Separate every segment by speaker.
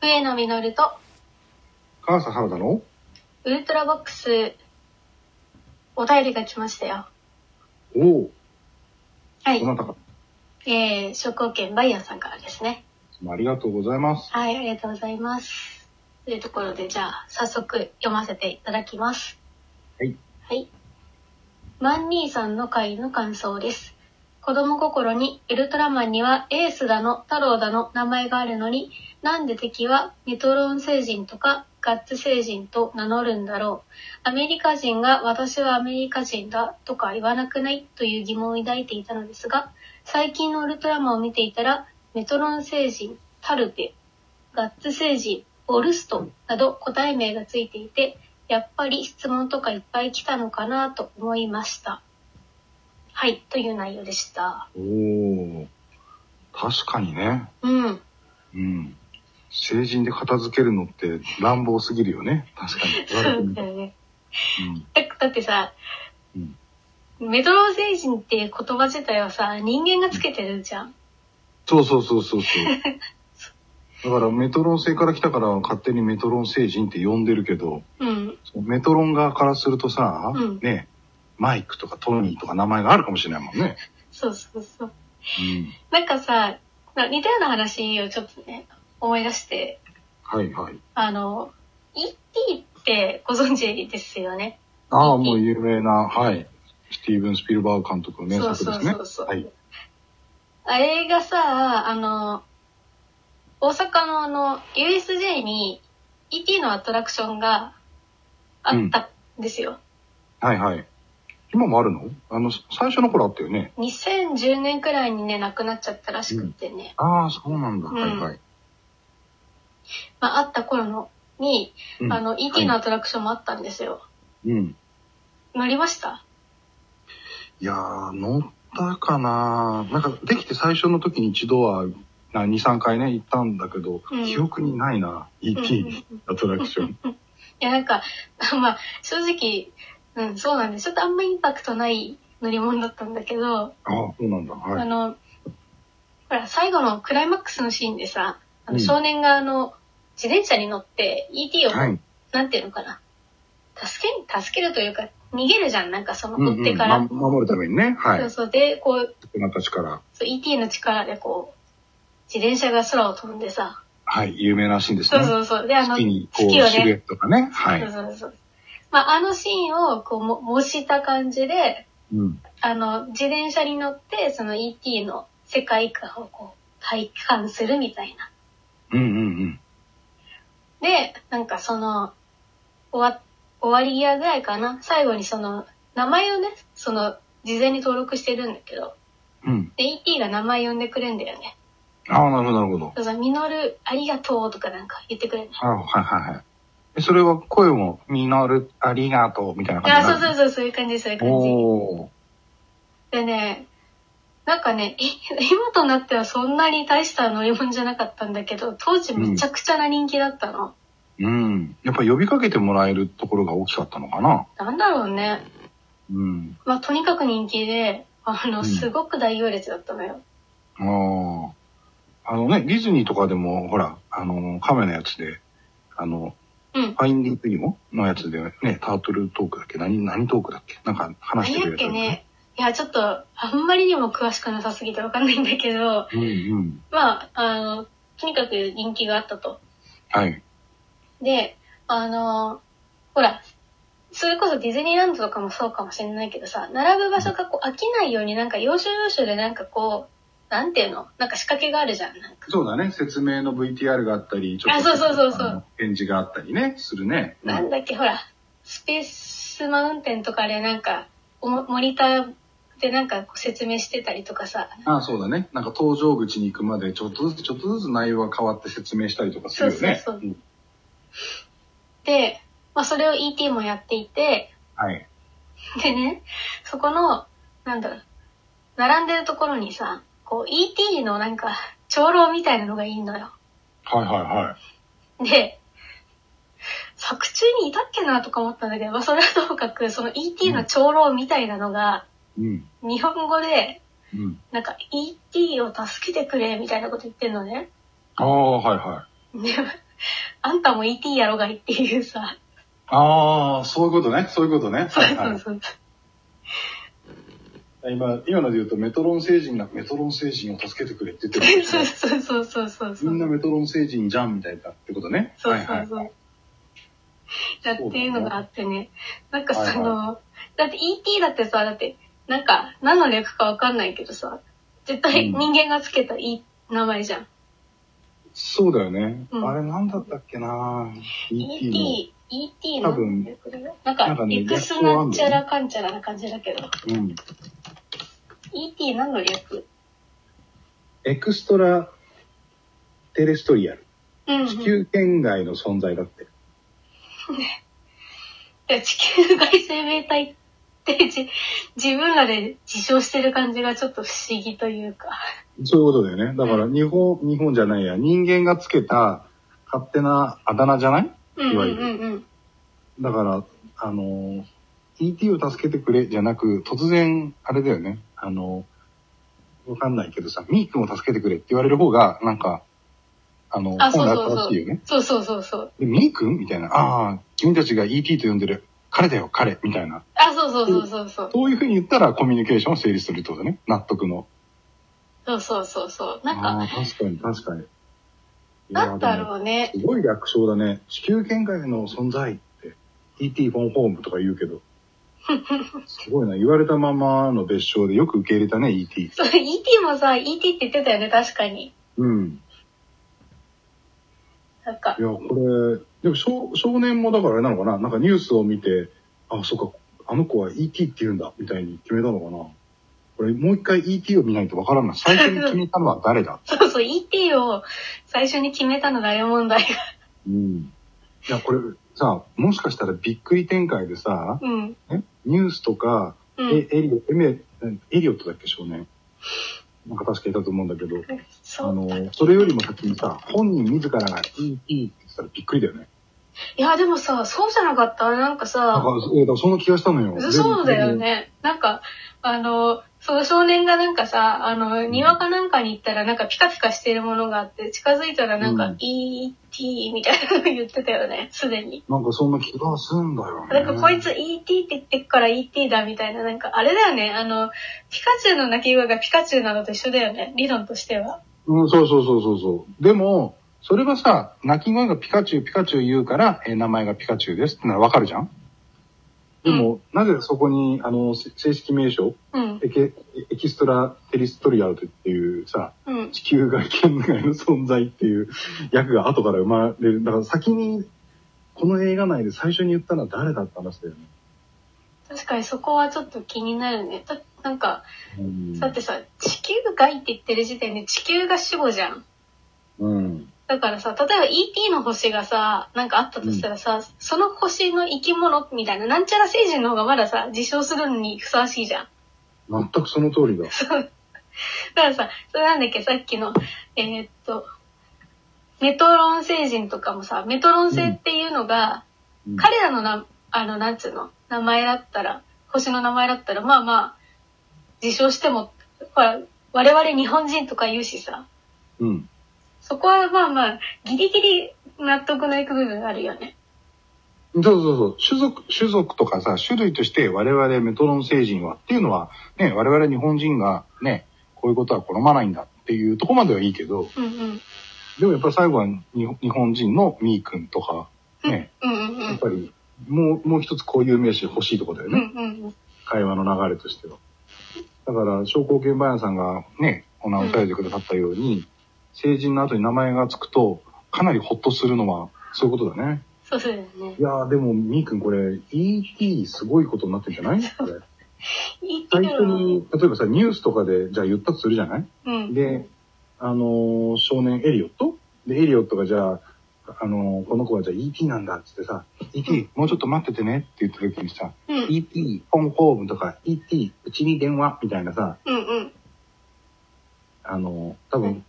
Speaker 1: 上野実と
Speaker 2: 川瀬原田の
Speaker 1: ウルトラボックスお便りが来ましたよ。
Speaker 2: おお、
Speaker 1: はい
Speaker 2: ど。なたか。
Speaker 1: えー、職保険バイヤーさんからですね。
Speaker 2: ありがとうございます。
Speaker 1: はい、ありがとうございます。というところで、じゃあ、早速読ませていただきます。
Speaker 2: はい。
Speaker 1: はい。マン兄さんの回の感想です。子供心にウルトラマンにはエースだの、太郎だの名前があるのに、なんで敵はネトロン星人とかガッツ星人と名乗るんだろう。アメリカ人が私はアメリカ人だとか言わなくないという疑問を抱いていたのですが、最近のウルトラマンを見ていたら、メトロン星人、タルテ、ガッツ星人、ボルストなど個体名がついていて、やっぱり質問とかいっぱい来たのかなと思いました。はい、という内容でした。
Speaker 2: おお、確かにね。
Speaker 1: うん。
Speaker 2: うん。成人で片付けるのって乱暴すぎるよね。確かに。言われ
Speaker 1: そ
Speaker 2: て
Speaker 1: う
Speaker 2: み
Speaker 1: だ
Speaker 2: る
Speaker 1: よね。
Speaker 2: うん
Speaker 1: だだってさ、
Speaker 2: うん
Speaker 1: メトロン星人っていう言葉自体はさ、人間がつけてるじゃん。
Speaker 2: そうそうそうそうそう。だからメトロン星から来たから勝手にメトロン星人って呼んでるけど、
Speaker 1: うん。
Speaker 2: そのメトロン側からするとさ、
Speaker 1: うん
Speaker 2: ね、マイクとかトニーとか名前があるかもしれないもんね。
Speaker 1: そうそうそう。
Speaker 2: うん。
Speaker 1: なんかさ、な似たような話をちょっとね、思い出して、
Speaker 2: はいはい。
Speaker 1: あの、E.T. ってご存知ですよね。
Speaker 2: ああ、もう有名な、はい。スティーブン・スピルバーグ監督の名
Speaker 1: そう
Speaker 2: 作
Speaker 1: そ
Speaker 2: で
Speaker 1: う
Speaker 2: すね
Speaker 1: そ。うそう。
Speaker 2: はい
Speaker 1: あれがさ、あの、大阪のあの、USJ に ET のアトラクションがあったんですよ。
Speaker 2: はいはい。今もあるのあの、最初の頃あったよね。
Speaker 1: 2010年くらいにね、亡くなっちゃったらしくってね。
Speaker 2: ああ、そうなんだ。
Speaker 1: うん
Speaker 2: はいはい。
Speaker 1: まあ、あった頃のに、
Speaker 2: うん
Speaker 1: あの、ET のアトラクションもあったんですよ。
Speaker 2: うん。
Speaker 1: 乗りました
Speaker 2: いやー、乗ったかななんか、できて最初の時に一度は、な2、3回ね、行ったんだけど、
Speaker 1: うん
Speaker 2: 記憶にないな、
Speaker 1: うんうん
Speaker 2: ET アトラクショ ン。
Speaker 1: いや、なんか、 まあ、正直、うん、そうなんです。ちょっとあんまインパクトない乗り物だったんだけど、
Speaker 2: ああ、そうなんだ。は
Speaker 1: あ
Speaker 2: い。
Speaker 1: の、ほら、最後のクライマックスのシーンでさ、あ
Speaker 2: う
Speaker 1: の
Speaker 2: ん
Speaker 1: 少年があの、自転車に乗って ET を、
Speaker 2: はい。
Speaker 1: なんていうのかな、助け、助けるというか、逃げるじゃん、なんかその、
Speaker 2: うん
Speaker 1: 追ってから。
Speaker 2: うんま守るためにね、は
Speaker 1: そう
Speaker 2: い。
Speaker 1: そう、で、こう、
Speaker 2: 大人たちから、
Speaker 1: そう ET の力でこう、自転車が空を飛んでさ、
Speaker 2: はい、有名なシーンです
Speaker 1: そう
Speaker 2: ね。
Speaker 1: そうそう、で、あの、
Speaker 2: 月に、こう、
Speaker 1: 月をね
Speaker 2: シルエットがね、は
Speaker 1: そう
Speaker 2: い。
Speaker 1: そうそう。まあ、あのシーンを、こう、も模した感じで、
Speaker 2: うん。
Speaker 1: あの、自転車に乗って、その ET の世界観をこう、体感するみたいな。
Speaker 2: うんうん
Speaker 1: で、なんかその、終わ、終わり際ぐらいかな。最後にその、名前をね、その、事前に登録してるんだけど、
Speaker 2: うん。うん。
Speaker 1: で、ET が名前呼んでくれんだよね。
Speaker 2: ああ、なるほど、なるほど。
Speaker 1: そうそう、ミノルありがとうとかなんか言ってくれるの。
Speaker 2: あはいはいはい。えそれは声も、みのる、ありがとう、みたいな感
Speaker 1: あ、
Speaker 2: じにな
Speaker 1: そう
Speaker 2: る
Speaker 1: そうそう、そういう感じ、そういう感じ。
Speaker 2: おー
Speaker 1: でね、なんかね、 今となってはそんなに大した乗り物じゃなかったんだけど、当時めちゃくちゃな人気だったの。
Speaker 2: うん。やっぱ呼びかけてもらえるところが大きかったのかな。
Speaker 1: なんだろうね。
Speaker 2: うん。
Speaker 1: まあ、とにかく人気で、あ
Speaker 2: う
Speaker 1: の、
Speaker 2: ん
Speaker 1: すごく大行列だったのよ。
Speaker 2: ああ。あのね、ディズニーとかでも、ほら、あの、カメのやつで、あの、
Speaker 1: うん。
Speaker 2: ファインディングニモのやつでね、タートルトークだっけ何、何トークだっけなんか話し
Speaker 1: 何
Speaker 2: てく
Speaker 1: やっ
Speaker 2: れ
Speaker 1: たけ
Speaker 2: よ。
Speaker 1: ね。いや、ちょっと、あんまりにも詳しくなさすぎてわかんないんだけど、
Speaker 2: うんうん。
Speaker 1: まあ、あの、とにかく人気があったと。
Speaker 2: はい。
Speaker 1: で、あの、ほら、それこそディズニーランドとかもそうかもしれないけどさ、並ぶ場所がこう飽きないようになんか要所要所でなんかこう、なんていうのなんか仕掛けがあるじゃん。なんか
Speaker 2: そうだね、説明の VTR があったり、ちょっと。
Speaker 1: あそうそうそうそう
Speaker 2: あの。返事があったりね、するね。う
Speaker 1: なんだっけ、ほら、スペースマウンテンとかでなんか、おもモニターでなんかこう説明してたりとかさ、
Speaker 2: ああ、そうだね。なんか登場口に行くまで、ちょっとずつ、ちょっとずつ内容が変わって説明したりとかするよね。
Speaker 1: そうそうそ
Speaker 2: ん
Speaker 1: で、まあそれを ET もやっていて、
Speaker 2: はい。
Speaker 1: でね、そこの、なんだろう、並んでるところにさ、こう ET のなんか、長老みたいなのがいいのよ。
Speaker 2: はいはいはい。
Speaker 1: で、作中にいたっけなとか思ったんだけど、まあそれはともかく、その ET の長老みたいなのが、
Speaker 2: うん。
Speaker 1: 日本語で、
Speaker 2: うん。
Speaker 1: なんか ET を助けてくれみたいなこと言ってんのね。
Speaker 2: ああ、はいは
Speaker 1: で、あんたも ET やろがいっていうさ、
Speaker 2: ああ、そういうことね。そういうことね。
Speaker 1: そう
Speaker 2: はいは
Speaker 1: そう
Speaker 2: い。
Speaker 1: そう。
Speaker 2: 今、今ので言うと、メトロン星人がメトロン星人を助けてくれって言ってるんで す
Speaker 1: そ
Speaker 2: よ
Speaker 1: うそうそうそうそうそう。
Speaker 2: みんなメトロン星人じゃんみたいなってことね。
Speaker 1: そう
Speaker 2: は
Speaker 1: そ
Speaker 2: いは
Speaker 1: う
Speaker 2: い。
Speaker 1: そう。だっていうのがあってね。なんかそ
Speaker 2: は
Speaker 1: の、だって ET だってさ、だって、なんか何の略かわかんないけどさ、絶対
Speaker 2: うん
Speaker 1: 人間がつけたいい名前じゃん。
Speaker 2: そうだよね。
Speaker 1: うん
Speaker 2: あれなんだったっけな ?ET の。
Speaker 1: ET、ET
Speaker 2: 多分
Speaker 1: の略だよなんか
Speaker 2: なんか、ね
Speaker 1: いくすなんちゃらかんちゃらな感じだけど、
Speaker 2: うん。
Speaker 1: ET 何の略
Speaker 2: エクストラテレストリアル。
Speaker 1: うん、うん。
Speaker 2: 地球圏外の存在だって。
Speaker 1: いや地球外生命体って じ自分らで自称してる感じがちょっと不思議というか。
Speaker 2: そういうことだよね。だから日本、日本じゃないや。人間がつけた勝手なあだ名じゃない
Speaker 1: うん
Speaker 2: い
Speaker 1: うん
Speaker 2: わ
Speaker 1: う
Speaker 2: ゆる
Speaker 1: んうん。
Speaker 2: だから、あの、ET を助けてくれじゃなく、突然、あれだよね。あの、わかんないけどさ、ミー君を助けてくれって言われる方が、なんか、あの、
Speaker 1: あそう
Speaker 2: 本
Speaker 1: そう
Speaker 2: 来
Speaker 1: そう
Speaker 2: 正しいよね。
Speaker 1: そうそうそうそう。
Speaker 2: で、ミー君みたいな。ああ、君たちが ET と呼んでる。彼だよ、彼みたいな。
Speaker 1: あ、そうそうそうそうそう。
Speaker 2: そういうふうに言ったらコミュニケーションを成立するってことだね。納得の。
Speaker 1: そうそうそうそう。なん
Speaker 2: あ
Speaker 1: か、
Speaker 2: あ、確かに、確かに。いやー
Speaker 1: なんだろうね。
Speaker 2: でもすごい略称だね。地球圏外の存在って、ET フォンホームとか言うけど。すごいな。言われたままの別称でよく受け入れたね、ET。
Speaker 1: そう、ET もさ、ET って言ってたよね、確かに。
Speaker 2: うん。
Speaker 1: なんか
Speaker 2: い、や、これ、でも少少年もだからあれなのかななんかニュースを見て、あ、そっか、あの子は ET って言うんだ、みたいに決めたのかなこれ、もう一回 ET を見ないとわからない。最初に決めたのは誰だ
Speaker 1: そうそう、ET を最初に決めたのがダイヤモンドアイが。
Speaker 2: うん。いや、これ、さ、もしかしたらびっくり展開でさ、
Speaker 1: うん。
Speaker 2: えニュースとか、
Speaker 1: うん
Speaker 2: え。エリオエメエリオットだっけ少年なんか確かいたと思うんだけど
Speaker 1: そ
Speaker 2: あ
Speaker 1: う。
Speaker 2: のそれよりも先にさ本人自らが「いいいい」って言ってたらびっくりだよね
Speaker 1: いや、でもさ、そうじゃなかったなんか
Speaker 2: なん
Speaker 1: さ、
Speaker 2: かそうだからそんな気がしたのよ
Speaker 1: そうだよね。なんか、あの、その少年がなんかさ、あの、庭かなんかに行ったらなんかピカピカしてるものがあって、近づいたらなん
Speaker 2: う
Speaker 1: か
Speaker 2: ん
Speaker 1: ET みたいなの言ってたよね、すでに。
Speaker 2: なんかそんな気がすんだよ
Speaker 1: な
Speaker 2: ね
Speaker 1: んかこいつ ET って言ってっから ET だみたいな、なんかあれだよね、あの、ピカチュウの鳴き声がピカチュウなのと一緒だよね、理論としては。
Speaker 2: うんそうそうそうそうそうでもそれはさ鳴き声がピカチュウピカチュウ言うから、えー名前がピカチュウですってのはわかるじゃんでも、なぜそこに、あの、せ正式名称、
Speaker 1: うん、
Speaker 2: エケエキストラテリストリアルっていうさ、
Speaker 1: うん、
Speaker 2: 地球が圏外の存在っていう役が後から生まれる。だから先に、この映画内で最初に言ったのは誰だった話だよね。
Speaker 1: 確かにそこはちょっと気になるね。だなんか、
Speaker 2: うん
Speaker 1: だってさ、地球外って言ってる時点で地球が死後じゃん。
Speaker 2: うん。
Speaker 1: だからさ、例えば ET の星がさ、なんかあったとしたらさ、その星の生き物みたいな、なんちゃら星人の方がまださ、自称するのにふさわしいじゃん。
Speaker 2: 全くその通りだ。
Speaker 1: だからさ、それなんだっけ、さっきの、えーっと、メトロン星人とかもさ、メトロン星っていうのが、
Speaker 2: うん
Speaker 1: 彼らのな、あの、なんつうの、名前だったら、星の名前だったら、まあまあ、自称しても、ほら、我々日本人とか言うしさ、
Speaker 2: うん。
Speaker 1: そこはまあまあ、ギリギリ納得のいく部分があるよね。
Speaker 2: そうそうそう。種族、種族とかさ、種類として我々メトロン星人はっていうのは、ね、我々日本人がね、こういうことは好まないんだっていうとこまではいいけど、
Speaker 1: うんうん。
Speaker 2: でもやっぱり最後は日本日本人のミー君とか、ね、
Speaker 1: うんうんう
Speaker 2: やっ
Speaker 1: ん。
Speaker 2: ぱりもう、もう一つこういう名詞欲しいとこだよ
Speaker 1: う
Speaker 2: ね。
Speaker 1: んうん
Speaker 2: 会話の流れとしては。だから、商工研バヤさんがね、お名をされてくださったように、成人の後に名前がつくと、かなりホッとするのは、そういうことだね。
Speaker 1: そうだよね。
Speaker 2: いやー、でも、みーくんこれ、ET すごいことになってんじゃ ないこれ
Speaker 1: いいけ
Speaker 2: 最
Speaker 1: ど
Speaker 2: 初に、例えばさ、ニュースとかで、じゃあ言ったとするじゃない
Speaker 1: うん。
Speaker 2: で、あのー少年エリオットで、エリオットがじゃあ、あのーこの子はじゃあ ET なんだっつってさ、ET もうちょっと待っててねって言った時にさ、
Speaker 1: うん
Speaker 2: ET、ホームホームとか、ET、うちに電話みたいなさ、
Speaker 1: うんうん。
Speaker 2: あの、多
Speaker 1: は
Speaker 2: 分、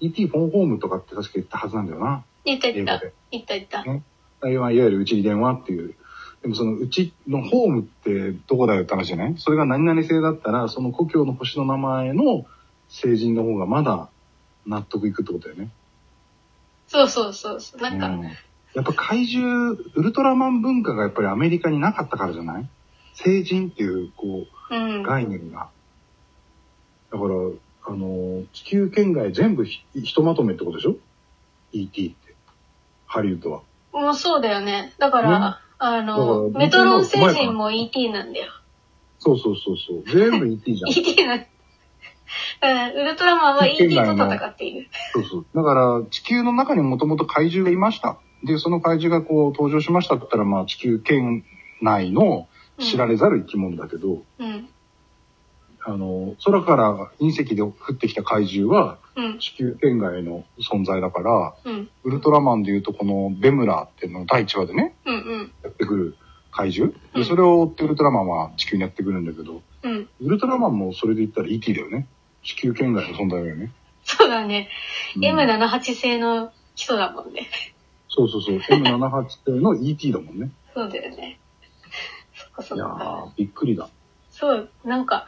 Speaker 2: ET、フォンホームとかって確か言ったはずなんだよな、
Speaker 1: 言った言っ
Speaker 2: 英語
Speaker 1: た。
Speaker 2: で。
Speaker 1: 言った言った。
Speaker 2: あれはいわゆるうちに電話っていう。でもそのうちのホームってどこだよって話じゃないそれが何々性だったら、その故郷の星の名前の成人の方がまだ納得いくってことだよね。
Speaker 1: そうそうそうそう。なんか、
Speaker 2: うんやっぱ怪獣、ウルトラマン文化がやっぱりアメリカになかったからじゃない成人っていう、こ
Speaker 1: うん。
Speaker 2: う、概念が。だから、あの、地球圏外全部ひひとまとめってことでしょ ?ET って。ハリウッドは。
Speaker 1: もうそうだよね。だから、
Speaker 2: ね
Speaker 1: あの、
Speaker 2: だから
Speaker 1: メトロン星人も ET なんだよ。
Speaker 2: そうそうそうそう。全部 ET じゃん。
Speaker 1: ET なんだ。うんウルトラマンは ET と戦っている。
Speaker 2: そうそう。だから、地球の中にもともと怪獣がいました。で、その怪獣がこう登場しましたって言ったら、まあ地球圏内の知られざる生き物だけど、
Speaker 1: うん。
Speaker 2: あの、空から隕石で降ってきた怪獣は
Speaker 1: うん。
Speaker 2: 地球圏外の存在だか
Speaker 1: う
Speaker 2: ら、
Speaker 1: ん。
Speaker 2: ウルトラマンで言うとこのベムラーっていうのを第1話でね、
Speaker 1: うん。うん。
Speaker 2: やってくる怪獣。
Speaker 1: う
Speaker 2: で、
Speaker 1: ん
Speaker 2: それを追ってウルトラマンは地球にやってくるんだけど、
Speaker 1: うん。
Speaker 2: ウルトラマンもそれで言ったら ET だよね。地球圏外の存在だよね。
Speaker 1: そうだね。
Speaker 2: うん
Speaker 1: M78 星の基礎だもんね。
Speaker 2: そうそうそう。M78 っていうの ET だ もんね。
Speaker 1: そうだよね。そっかそっ
Speaker 2: いや
Speaker 1: か。
Speaker 2: ー、びっくりだ。
Speaker 1: そう、なんか、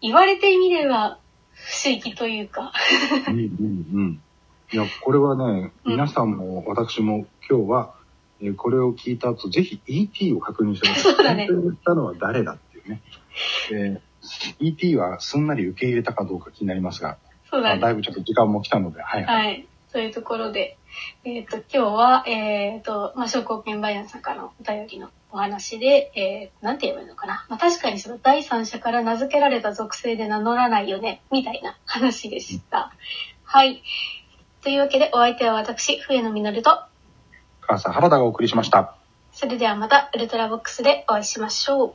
Speaker 1: 言われてみれば、不思議というか。
Speaker 2: うんうんうん。いや、これはね、
Speaker 1: うん
Speaker 2: 皆さんも私も今日は、えーこれを聞いた後、ぜひ ET を確認してください。
Speaker 1: そうだね
Speaker 2: 本当に言ったのは誰だっていうね。えー ET はすんなり受け入れたかどうか気になりますが、
Speaker 1: そう
Speaker 2: ま
Speaker 1: だ
Speaker 2: あ
Speaker 1: ね。
Speaker 2: だいぶちょっと時間も来たので、 はい。
Speaker 1: はい。というところで、えっ、と、今日は、えっ、と、まあ、商工研バイアンさんからのお便りのお話で、えー、なんて言えばいいのかな。まあ、確かにその第三者から名付けられた属性で名乗らないよね、みたいな話でした。はい。というわけで、お相手は私、笛野実と、
Speaker 2: 母さん、原田がお送りしました。
Speaker 1: それではまたウルトラボックスでお会いしましょう。